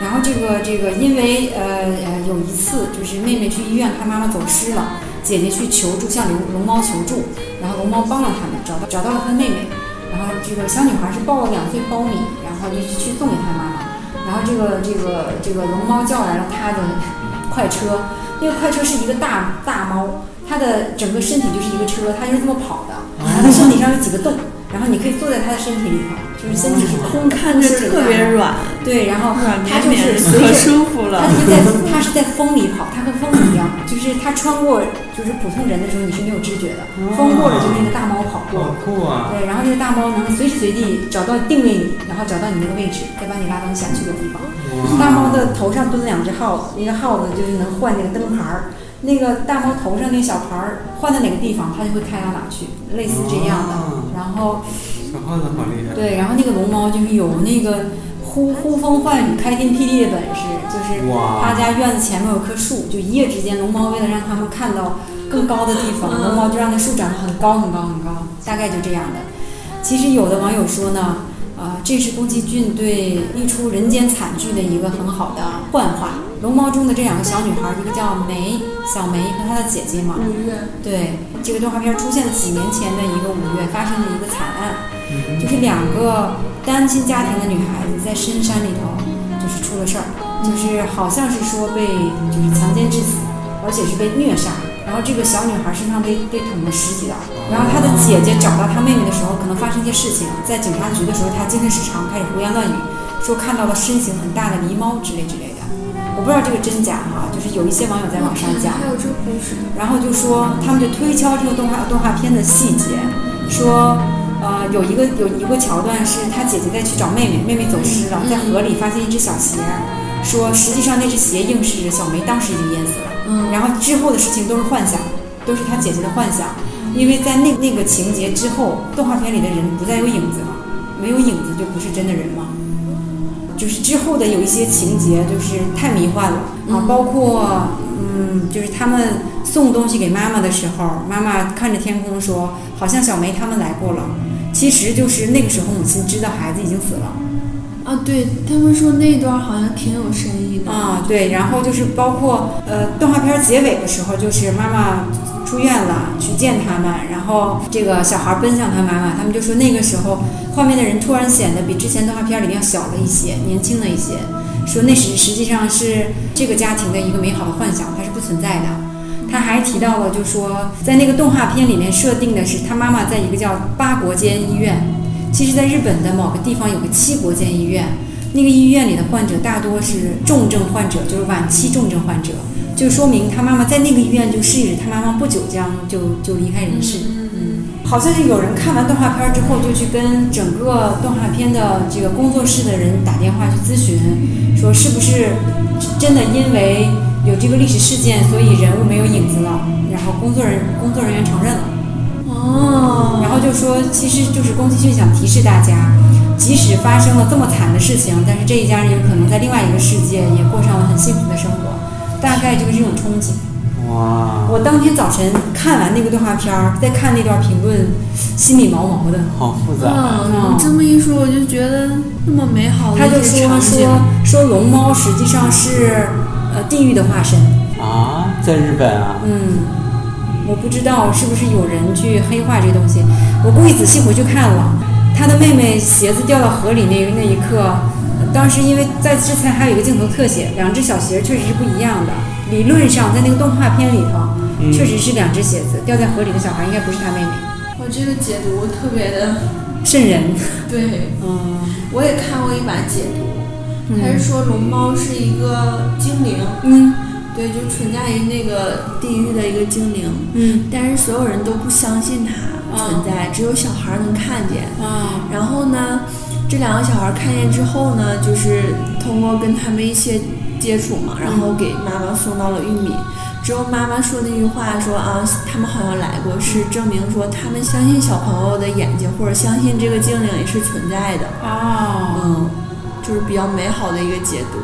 Speaker 2: 然后这个这个，因为呃呃有一次就是妹妹去医院看妈妈走失了，姐姐去求助，向龙龙猫求助，然后龙猫帮了他们，找到找到了她妹妹。然后这个小女孩是抱了两岁苞米，然后就去送给她妈妈。然后这个这个这个龙猫叫来了它的快车，那个快车是一个大大猫，它的整个身体就是一个车，它就是这么跑的。然后它身体上有几个洞，然后你可以坐在它的身体里头，就是身体是空
Speaker 3: 看着特别软，
Speaker 2: 对，然后
Speaker 3: 软
Speaker 2: 它
Speaker 3: 绵
Speaker 2: 就
Speaker 3: 绵
Speaker 2: 是
Speaker 3: 的，
Speaker 2: 随
Speaker 3: 可
Speaker 2: 着
Speaker 3: 舒服了
Speaker 2: 它。是在它是在风里跑，它和风一样，就是它穿过就是普通人的时候你是没有知觉的，
Speaker 1: 哦
Speaker 2: 风过了就是那个大猫跑过
Speaker 1: 好
Speaker 2: 了。
Speaker 1: 酷啊！
Speaker 2: 对，然后这个大猫能随时随地找到定位你，然后找到你那个位置，再把你拉到你想去的地方。
Speaker 1: 哇
Speaker 2: 大猫的头上蹲了两只耗子，一个耗子就是能换那个灯牌儿，那个大猫头上那个小牌儿换到哪个地方，它就会开到哪去，类似这样的。
Speaker 1: 哦
Speaker 2: 然后
Speaker 1: 小耗子好厉害，
Speaker 2: 对，然后那个龙猫就是有那个呼呼风唤雨、开天辟地的本事，就是
Speaker 1: 哇
Speaker 2: 他家院子前面有棵树，就一夜之间，龙猫为了让他们看到更高的地方，龙猫就让那树长得很高很高很高，大概就这样的。其实有的网友说呢，啊、这是宫崎骏对一出人间惨剧的一个很好的幻化。龙猫中的这两个小女孩，一个叫梅小梅和她的姐姐嘛，
Speaker 3: 五月，
Speaker 2: 对，这个动画片出现了几年前的一个五月发生的一个惨案，就是两个单亲家庭的女孩子在深山里头，就是出了事儿，就是好像是说被就是强奸致死，而且是被虐杀。然后这个小女孩身上被被捅了十几刀，然后她的姐姐找到她妹妹的时候，可能发生一些事情，在警察局的时候，她精神失常，开始胡言乱语，说看到了身形很大的狸猫之类之类的。我不知道这个真假哈、就是有一些网友在网上讲，
Speaker 3: 还有这故事，
Speaker 2: 然后就说他们就推敲这个动画动画片的细节，说呃有一个有一个桥段是他姐姐在去找妹妹，妹妹走失了，在河里发现一只小鞋，说实际上那只鞋应是小梅当时已经淹死了，
Speaker 3: 嗯，
Speaker 2: 然后之后的事情都是幻想，都是他姐姐的幻想，因为在那那个情节之后，动画片里的人不再有影子了，没有影子就不是真的人嘛。就是之后的有一些情节就是太迷幻了啊，包括嗯，就是他们送东西给妈妈的时候，妈妈看着天空说，好像小梅他们来过了，其实就是那个时候母亲知道孩子已经死了。
Speaker 3: 啊，对他们说那段好像挺有深意的，
Speaker 2: 啊，对，然后就是包括呃，动画片儿结尾的时候，就是妈妈出院了去见他们，然后这个小孩奔向他妈妈，他们就说那个时候画面的人突然显得比之前动画片儿里面要小了一些，年轻了一些，说那是实际上是这个家庭的一个美好的幻想，它是不存在的。他还提到了，就说在那个动画片里面设定的是他妈妈在一个叫八国间医院，其实在日本的某个地方有个七国间医院，那个医院里的患者大多是重症患者，就是晚期重症患者，就说明他妈妈在那个医院就示意着他妈妈不久将就就离开人世。嗯，好像是有人看完动画片之后，就去跟整个动画片的这个工作室的人打电话去咨询，说是不是真的因为有这个历史事件，所以人物没有影子了。然后工作人工作人员承认了。
Speaker 3: 哦，
Speaker 2: 然后就说，其实就是宫崎骏想提示大家，即使发生了这么惨的事情，但是这一家人有可能在另外一个世界也过上了很幸福的生活，大概就是这种憧憬。
Speaker 1: 哇，
Speaker 2: 我当天早晨看完那个动画片儿，再看那段评论，心里毛毛的。
Speaker 1: 好复杂。
Speaker 3: 啊，你这么一说，我就觉得那么美好的
Speaker 2: 他就
Speaker 3: 一
Speaker 2: 说
Speaker 3: 些场景
Speaker 2: 说说龙猫实际上是呃地狱的化身，
Speaker 1: 啊，在日本啊，
Speaker 2: 嗯，我不知道是不是有人去黑化这个东西，我故意仔细回去看了，他的妹妹鞋子掉到河里那那一刻，当时因为在之前还有一个镜头特写，两只小鞋确实是不一样的，理论上在那个动画片里头，
Speaker 1: 嗯
Speaker 2: 确实是两只鞋子掉在河里的小孩应该不是他妹妹，
Speaker 3: 我这个解读特别的，
Speaker 2: 瘆人，
Speaker 3: 对
Speaker 2: 嗯，
Speaker 3: 我也看过一版解读，他是说龙猫是一个精灵，
Speaker 2: 嗯
Speaker 3: 对，就存在于那个地狱的一个精灵，
Speaker 2: 嗯
Speaker 3: 但是所有人都不相信它存在，只有小孩儿能看见。
Speaker 2: 啊
Speaker 3: 然后呢，这两个小孩看见之后呢，就是通过跟他们一些接触嘛，然后给妈妈送到了玉米。之后妈妈说那句话说啊，他们好像来过，是证明说他们相信小朋友的眼睛，或者相信这个精灵也是存在的。
Speaker 2: 哦
Speaker 3: 嗯，就是比较美好的一个解读。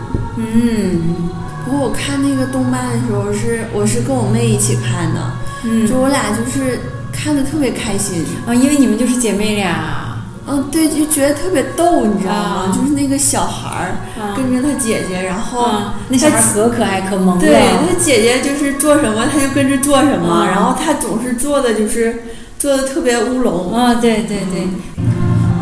Speaker 2: 嗯
Speaker 3: 不过我看那个动漫的时候是我是跟我妹一起看的，
Speaker 2: 嗯
Speaker 3: 就我俩就是看的特别开心。
Speaker 2: 啊，因为你们就是姐妹俩，
Speaker 3: 嗯，对，就觉得特别逗，你知道吗？
Speaker 2: 啊
Speaker 3: 就是那个小孩
Speaker 2: 啊
Speaker 3: 儿跟着他姐姐，然后
Speaker 2: 啊，那小孩
Speaker 3: 他
Speaker 2: 可可爱可萌了，
Speaker 3: 对他姐姐就是做什么他就跟着做什么，
Speaker 2: 啊
Speaker 3: 然后他总是做的就是做的特别乌龙。
Speaker 2: 啊、对对对，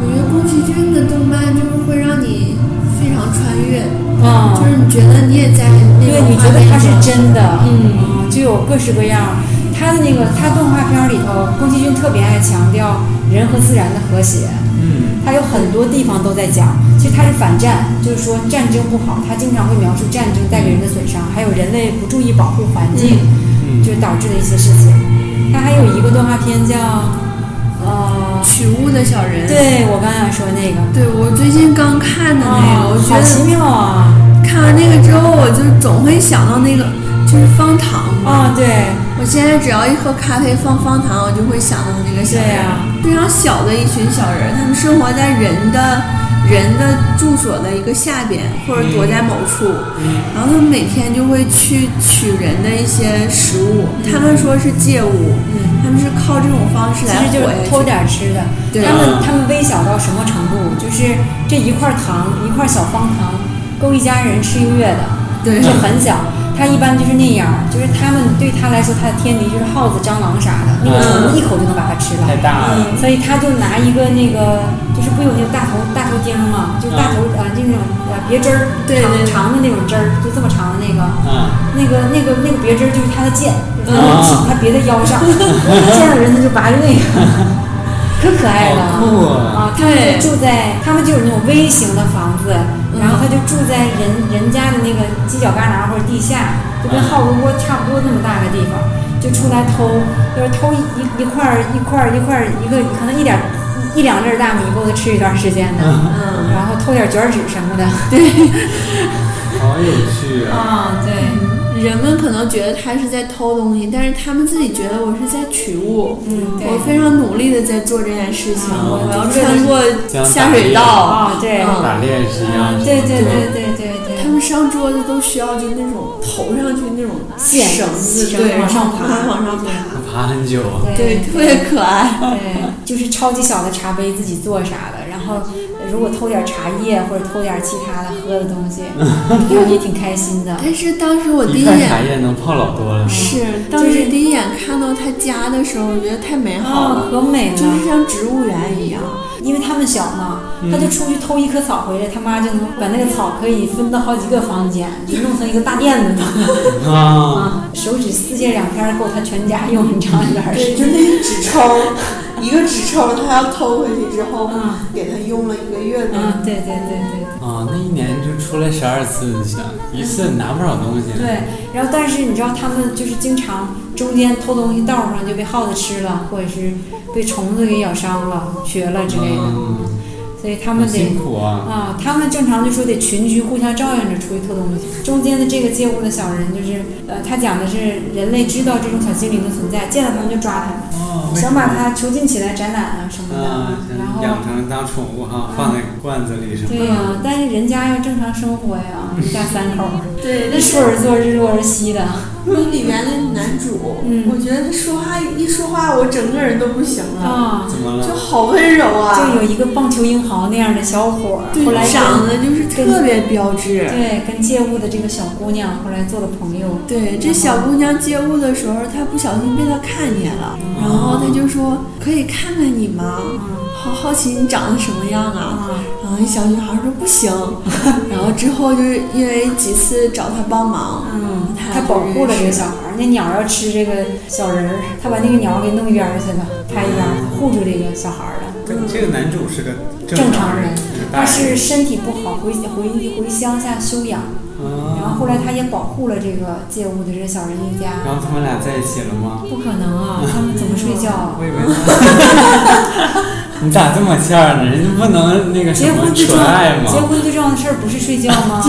Speaker 3: 我觉得宫崎骏的动漫就是会让你非常穿越，
Speaker 2: 啊、
Speaker 3: 就是你觉得你也在那
Speaker 2: 对，
Speaker 3: 个
Speaker 2: 你觉得它是真的，
Speaker 3: 嗯
Speaker 2: 就有各式各样。他的那个，他动画片儿里头，宫崎骏特别爱强调人和自然的和谐，
Speaker 1: 嗯，
Speaker 2: 他有很多地方都在讲。其实他是反战，就是说战争不好，他经常会描述战争带给人的损伤，还有人类不注意保护环境，
Speaker 1: 嗯
Speaker 2: 就导致的一些事情。他还有一个动画片叫，呃，
Speaker 3: 取物的小人。，
Speaker 2: 对我刚才说那个，
Speaker 3: 对我最近刚看的那个，
Speaker 2: 哦
Speaker 3: 我觉
Speaker 2: 好奇
Speaker 3: 得
Speaker 2: 妙啊！
Speaker 3: 看完那个之后，我就总会想到那个就是方糖嘛。
Speaker 2: 啊、对。
Speaker 3: 我现在只要一喝咖啡放方糖，我就会想到那个
Speaker 2: 对
Speaker 3: 小人，
Speaker 2: 呀
Speaker 3: 非常小的一群小人，他们生活在人的人的住所的一个下边，或者躲在某处，
Speaker 2: 嗯
Speaker 3: 然后他们每天就会去取人的一些食物，他们说是借物，他们是靠这种方
Speaker 2: 嗯其
Speaker 3: 式来
Speaker 2: 实就是
Speaker 3: 活下去。
Speaker 2: 偷点儿吃的。
Speaker 3: 对
Speaker 2: 他们
Speaker 1: 嗯
Speaker 2: 他们微小到什么程度？就是这一块糖，一块小方糖，够一家人吃一个月的，
Speaker 3: 对
Speaker 2: 就很小。他一般就是那样儿，就是他们对他来说，他的天敌就是耗子、蟑螂啥的，那个
Speaker 1: 嗯
Speaker 2: 虫一口就能把它吃了。嗯
Speaker 1: 太大了。
Speaker 2: 所以他就拿一个那个，就是不有那个大头大头钉嘛，就是大头呃就那种呃别针儿，
Speaker 3: 嗯对
Speaker 2: 长
Speaker 3: 对对
Speaker 2: 长的那种针儿，就这么长的那个，
Speaker 1: 嗯，
Speaker 2: 那个那个那个别针儿就是他的剑，就是他
Speaker 1: 啊
Speaker 2: 的剑他别在腰上， 见到人他就拔着那个，可可爱
Speaker 1: 好
Speaker 2: 了。
Speaker 1: 酷啊
Speaker 2: 啊！他们
Speaker 3: 对
Speaker 2: 就住在，他们就有那种微型的房子，
Speaker 3: 嗯
Speaker 2: 然后他就住在人人家的那个犄角旮旯或者地下，就
Speaker 1: 啊
Speaker 2: 跟好窝窝差不多那么大个地方，就出来偷，就是偷一一块儿一块儿一块儿一个可能一点一一两粒儿大米够他吃一段时间
Speaker 1: 啊
Speaker 2: 的，嗯，然后偷点卷纸什么的， 对，
Speaker 1: 好有趣啊！
Speaker 2: 啊、对，
Speaker 3: 人们可能觉得他是在偷东西，但是他们自己觉得我是在取物。
Speaker 2: 嗯，对，
Speaker 3: 我非常努力的在做这件事情，
Speaker 2: 啊
Speaker 3: 我要
Speaker 2: 为了
Speaker 3: 穿过下水道。
Speaker 2: 啊、对，
Speaker 3: 嗯
Speaker 1: 打猎是一样的，
Speaker 2: 对对对对对对。
Speaker 3: 他们上桌子都需要就那种头上去那种
Speaker 2: 线
Speaker 3: 绳子，
Speaker 2: 绳
Speaker 3: 对，
Speaker 2: 往上
Speaker 3: 然后
Speaker 2: 爬
Speaker 3: 往上爬，
Speaker 1: 爬很久，
Speaker 3: 对，
Speaker 2: 嗯
Speaker 3: 特别可爱。
Speaker 2: 对，就是超级小的茶杯自己做啥的，然后呃如果偷点茶叶或者偷点其他的喝的东西，然后也挺开心的。
Speaker 3: 但是当时我第
Speaker 1: 一块茶
Speaker 3: 眼
Speaker 1: 叶能泡老多了。
Speaker 3: 是，当时第一眼看到他家的时候，我觉得太美好
Speaker 2: 啊，
Speaker 3: 了，
Speaker 2: 可美了！
Speaker 3: 就是像植物园一样。
Speaker 2: 因为他们小嘛，他就出去偷一棵草回来，他妈就能把那个草可以分到好几个房间，就弄成一个大院子嘛。
Speaker 1: 啊，
Speaker 2: 啊，手指撕下两片儿够他全家用很长一段儿
Speaker 4: 对，
Speaker 2: 时间。
Speaker 4: 就那个纸抽，一个纸抽，他要偷回去之后
Speaker 2: 嗯，
Speaker 4: 给他用了一个月的。
Speaker 2: 嗯，对对对对对。
Speaker 1: 啊，那一年就出来十二次，你想一次拿不少东西。
Speaker 2: 对，然后但是你知道他们就是经常中间偷东西，道儿上就被耗子吃了，或者是被虫子给咬伤了、瘸了之类的，
Speaker 1: 嗯，
Speaker 2: 所以他
Speaker 1: 好
Speaker 2: 们
Speaker 1: 辛
Speaker 2: 得。
Speaker 1: 苦啊。
Speaker 2: 啊，他们正常就说得群居互相照应着出去偷东西。中间的这个街屋的小人就是，呃，他讲的是人类知道这种小精灵的存在，见到他们就抓他们，
Speaker 1: 哦，
Speaker 2: 啊想把它囚禁起来展览啊什么的。
Speaker 1: 啊，
Speaker 2: 然后嗯
Speaker 1: 养成当宠物哈，放在罐子里什么
Speaker 2: 对
Speaker 1: 的
Speaker 2: 呀、。但是人家要正常生 活呀，一家三口儿，
Speaker 3: 对
Speaker 2: 日出而作，日落而息的。
Speaker 4: 那里面的男主，
Speaker 2: 嗯
Speaker 4: 我觉得他说话一说话，我整个人都不行
Speaker 1: 嗯
Speaker 4: 了，
Speaker 2: 啊，
Speaker 1: 怎么
Speaker 4: 就
Speaker 1: 了？
Speaker 4: 好温柔
Speaker 2: 就
Speaker 4: 啊。
Speaker 2: 有一个棒球英豪那样的小伙儿，后来
Speaker 3: 对，
Speaker 2: 跟
Speaker 3: 长得就是特别标致。
Speaker 2: 对跟借物的这个小姑娘后来做了朋友，
Speaker 3: 对，这小姑娘接物的时候，她不小心被他看见了，然后他就说：“可以看看你吗？
Speaker 2: 嗯
Speaker 3: 好好奇你长得什么样
Speaker 2: 啊
Speaker 3: 啊？”然后一小女孩说：“不行。” 然后之后就是因为几次找他帮忙，
Speaker 2: 嗯，
Speaker 3: 她
Speaker 2: 她保护了这个
Speaker 3: 哎就是
Speaker 2: 小孩儿，那鸟要吃这个小人儿，她把那个鸟给弄远儿去了，拍一边儿护住这个小孩儿了。
Speaker 1: 对这个男主是个
Speaker 2: 正
Speaker 1: 常
Speaker 2: 常人
Speaker 1: 是个大
Speaker 2: 但是身体不好，回回回乡下休养，
Speaker 1: 啊，
Speaker 2: 然后后来她也保护了这个借物的这个小人一家。
Speaker 1: 然后他们俩在一起了吗？
Speaker 2: 不可能啊，他们怎么睡觉啊？
Speaker 1: 我以为 他。你咋这么欠儿呢？人家不能那个什
Speaker 2: 结
Speaker 1: 么
Speaker 2: 婚最重
Speaker 1: 纯
Speaker 2: 要
Speaker 1: 爱，
Speaker 2: 结
Speaker 1: 吗？
Speaker 2: 婚最重要的事儿不是睡觉 吗？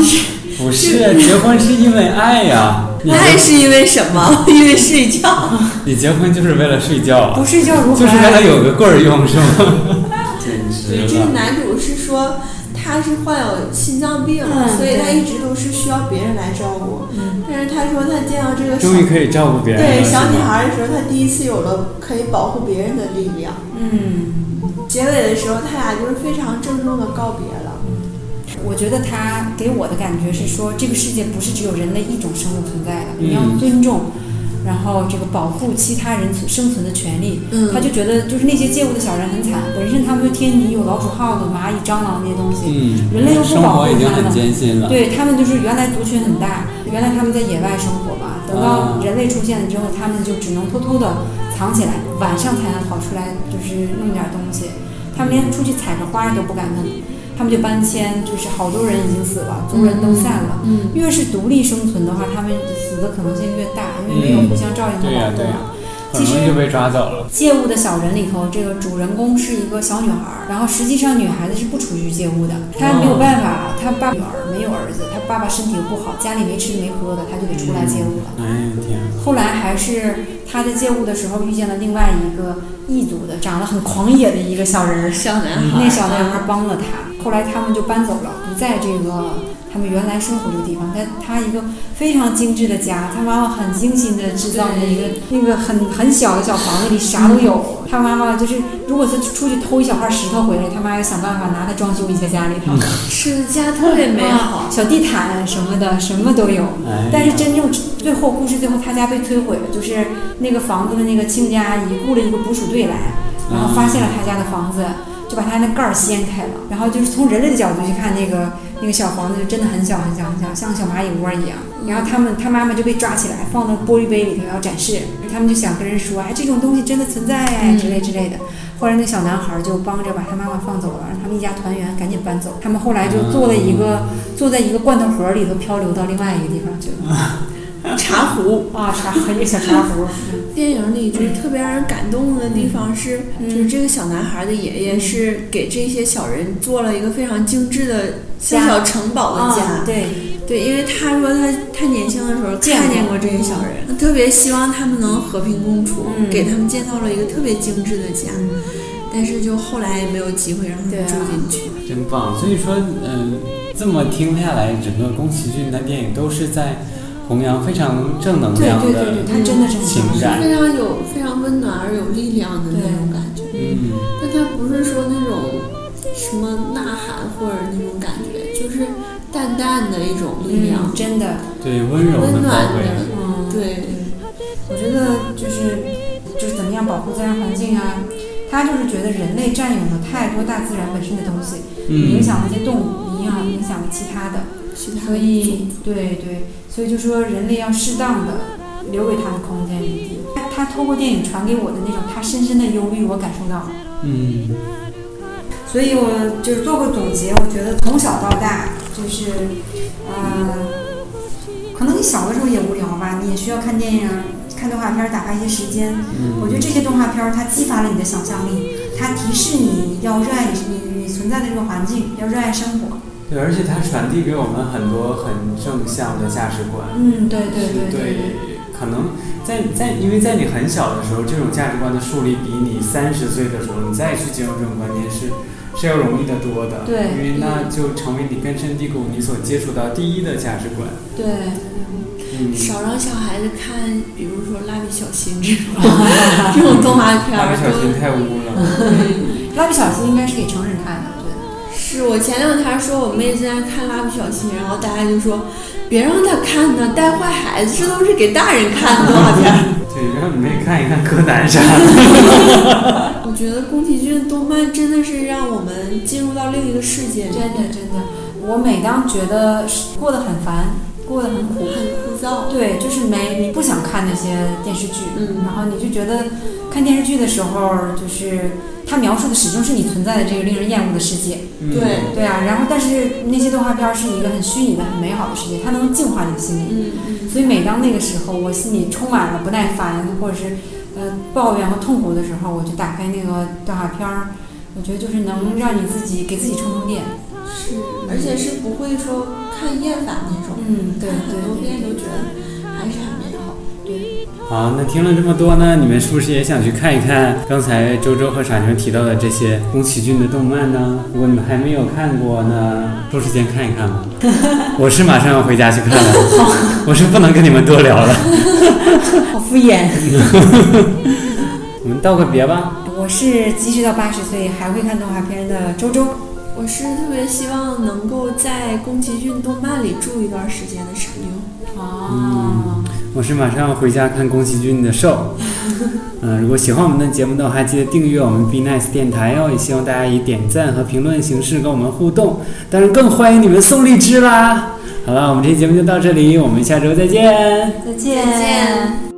Speaker 1: 不是，啊结婚是因为爱呀。你
Speaker 3: 爱是因为什 么？因为睡觉。
Speaker 1: 你结婚就是为了睡觉啊
Speaker 2: 不，睡觉如
Speaker 1: 就是
Speaker 2: 何啊
Speaker 1: 为
Speaker 2: 爱
Speaker 1: 了有个棍儿用，是吗？ 简
Speaker 4: 对，
Speaker 1: 直
Speaker 4: 这个
Speaker 1: 了。
Speaker 4: 男主是说他是患有心脏病，
Speaker 2: 嗯
Speaker 4: 所以他
Speaker 2: 对嗯
Speaker 4: 一直都是需要别人来照顾。但是他说他见到这个小
Speaker 1: 终于可以照顾别人了，
Speaker 4: 对小
Speaker 1: 是
Speaker 4: 女
Speaker 1: 吗
Speaker 4: 孩的时候，他第一次有了可以保护别人的力量。
Speaker 2: 嗯。
Speaker 4: 结尾的时候，他俩就是非常郑重的告别了。
Speaker 2: 我觉得他给我的感觉是说，这个世界不是只有人类一种生物存在的，
Speaker 1: 嗯
Speaker 2: 你要尊重，然后这个保护其他人存生存的权利。
Speaker 3: 嗯
Speaker 2: 他就觉得就是那些街舞的小人很惨，本身他们就天敌有老鼠、耗子、蚂蚁、蟑螂这些东西，
Speaker 1: 嗯，
Speaker 2: 人类又不
Speaker 1: 生
Speaker 2: 保护
Speaker 1: 活已经
Speaker 2: 它
Speaker 1: 很
Speaker 2: 们。
Speaker 1: 艰辛了。
Speaker 2: 对他们就是原来族群很大，原来他们在野外生活嘛，等
Speaker 1: 啊
Speaker 2: 到人类出现了之后，他们就只能偷偷的藏起来，晚上才能跑出来，就是弄点东西。他们连出去采个花都不敢弄，他们就搬迁，就是好多人已经死了，族人都散了。
Speaker 3: 嗯，
Speaker 2: 越是独立生存的话，他们死的可能性越大，因为没有互相照应
Speaker 1: 对
Speaker 2: 和
Speaker 1: 呀
Speaker 2: 保护
Speaker 1: 对呀
Speaker 2: 嘛。
Speaker 1: 很
Speaker 2: 其
Speaker 1: 容易
Speaker 2: 实
Speaker 1: 就被抓走了。
Speaker 2: 《借物的小人》里头，这个主人公是一个小女孩儿，然后实际上女孩子是不处于借物的，她没有办法，她爸女儿没有儿子，她爸爸身体不好，家里没吃没喝的，她就得出来借物了。
Speaker 1: 哎呀天啊，
Speaker 2: 后来还是她在借物的时候遇见了另外一个异族的，长得很狂野的一个小人儿，
Speaker 3: 小男孩，
Speaker 2: 那小男孩帮了她。后来他们就搬走了，不在这个他们原来生活这个地方，在他一个非常精致的家，他妈妈很精心的制造的一个那个很很小的小房子里啥都有。
Speaker 3: 嗯
Speaker 2: 他妈妈就是，如果他出去偷一小块石头回来，他妈要想办法拿它装修一下家里 头，啊
Speaker 3: 是的家嗯特别
Speaker 2: 嗯
Speaker 3: 美啊好。
Speaker 2: 小地毯什么的，什么都有。
Speaker 1: 哎呀
Speaker 2: 但是真正最后故事最后他家被摧毁了，就是那个房子的那个亲家阿姨雇了一个捕鼠队来，然后发现了他家的房子，就把他那盖儿掀开了，然后就是从人类的角度去看那个那个小房子就真的很小很小很小，像个小蚂蚁窝一样。然后他们他妈妈就被抓起来放啊到玻璃杯里头要展示，他们就想跟人说，哎，这种东西真的存在哎之类之类的。后来那小男孩就帮着把他妈妈放走了，让他们一家团圆，赶紧搬走。他们后来就做了一个、坐在一个罐头盒里头漂流到另外一个地方去了。
Speaker 4: 茶壶，
Speaker 2: 啊， 茶一个小茶壶，嗯
Speaker 3: 电影里就是特别让人感动的地方是，
Speaker 2: 嗯
Speaker 3: 就是这个小男孩的爷爷是给这些小人做了一个非常精致的像
Speaker 2: 家
Speaker 3: 小城堡的家。
Speaker 2: 啊对，
Speaker 3: 对，因为他说他他年轻的时候
Speaker 2: 见过
Speaker 3: 看见过这些小人，特别希望他们能和平共处，
Speaker 2: 嗯
Speaker 3: 给他们建造了一个特别精致的家，
Speaker 2: 嗯，
Speaker 3: 但是就后来也没有机会让他
Speaker 2: 对
Speaker 3: 们
Speaker 2: 啊
Speaker 3: 住进去。
Speaker 1: 真棒！所以说，嗯、这么听下来，整个宫崎骏的电影都是在弘扬非常正能
Speaker 2: 对
Speaker 1: 量
Speaker 2: 对对对，
Speaker 1: 的
Speaker 2: 他真的是这
Speaker 1: 情
Speaker 2: 样
Speaker 1: 感。
Speaker 3: 非常有非常温暖而有力量的那种感觉，
Speaker 1: 嗯，
Speaker 3: 但他不是说那种什么呐喊或者那种感觉，就是淡淡的一种力量，
Speaker 2: 嗯，真的，
Speaker 1: 对，温柔
Speaker 3: 温
Speaker 1: 的
Speaker 3: 暖
Speaker 1: 宝
Speaker 3: 的
Speaker 1: 贝。，
Speaker 2: 嗯，
Speaker 3: 对，
Speaker 2: 我觉得就是就是怎么样保护自然环境啊，他就是觉得人类占有了太多大自然本身的东西，
Speaker 1: 嗯，
Speaker 2: 影响了一些动物，一样影响了其他的，
Speaker 3: 其他
Speaker 2: 所
Speaker 3: 的
Speaker 2: 以对对，所以就说人类要适当的留给他们空间余地。他他透过电影传给我的那种他深深的忧虑，我感受到了。
Speaker 1: 嗯，
Speaker 2: 所以我就是做个总结，我觉得从小到大就是，呃，可能你小的时候也无聊吧，你也需要看电影、看动画片儿打发一些时间。
Speaker 1: 嗯
Speaker 2: 我觉得这些动画片儿它激发了你的想象力，它提示你要热爱你你你存在的这个环境，要热爱生活。
Speaker 1: 对，而且它传递给我们很多很正向的价值观。
Speaker 2: 嗯，对
Speaker 1: 是
Speaker 2: 对对对，
Speaker 1: 可能在在，因为在你很小的时候，这种价值观的树立比你三十岁的时候，你再去进入这种观念是是要容易得多的。
Speaker 2: 对
Speaker 1: 因为那就成为你根深蒂固，你所接触到第一的价值观。
Speaker 2: 对
Speaker 1: 嗯，
Speaker 3: 少让小孩子看，比如说《蜡笔小新》这种 这种动画片
Speaker 1: 蜡
Speaker 3: 儿
Speaker 1: 笔小新太污了。
Speaker 3: 都。
Speaker 2: 蜡笔小新应该是给成人看的，对，
Speaker 3: 是我前两天说我妹在那看《蜡笔小新》，然后大家就说别让她看呢，带坏孩子，这都是给大人看的动画片儿。
Speaker 1: 对，让你妹看一看柯南啥 的。
Speaker 3: 我觉得宫崎骏动漫真的是让我们进入到另一个世界里，
Speaker 2: 真的真的，我每当觉得是过得很烦，过得很苦，
Speaker 3: 很枯燥。
Speaker 2: 对，就是没你不想看那些电视剧，
Speaker 3: 嗯
Speaker 2: 然后你就觉得看电视剧的时候，就是它描述的始终是你存在的这个令人厌恶的世界，
Speaker 1: 嗯
Speaker 3: 对
Speaker 2: 对啊，然后但是那些动画片儿是一个很虚拟的、很美好的世界，它能净化你的心灵，
Speaker 3: 嗯嗯，
Speaker 2: 所以每当那个时候我心里充满了不耐烦或者是呃抱怨和痛苦的时候，我就打开那个动画片儿，我觉得就是能让你自己给自己充充电，
Speaker 3: 是，而且是不会说看厌烦那种，
Speaker 2: 嗯，对
Speaker 3: 看很多
Speaker 2: 对
Speaker 3: 遍都觉得还是很美好。
Speaker 2: 对对。
Speaker 1: 好，啊那听了这么多呢，你们是不是也想去看一看刚才周周和傻妞提到的这些宫崎骏的动漫呢？如果你们还没有看过呢，抽时间看一看吧。我是马上要回家去看了，我是不能跟你们多聊了。
Speaker 2: 好敷衍。
Speaker 1: 我们道个别吧。
Speaker 2: 我是即使到八十岁还会看动画片的周周。
Speaker 3: 我是特别希望能够在宫崎骏动漫里住一段时间的傻妞。
Speaker 2: 哦，
Speaker 1: 我是马上要回家看宫崎骏的兽。嗯、如果喜欢我们的节目的话，记得订阅我们 Be Nice 电台哦。也希望大家以点赞和评论形式跟我们互动，当然更欢迎你们送荔枝啦。好了，我们这期节目就到这里，我们下周再见。
Speaker 2: 再见。
Speaker 3: 再见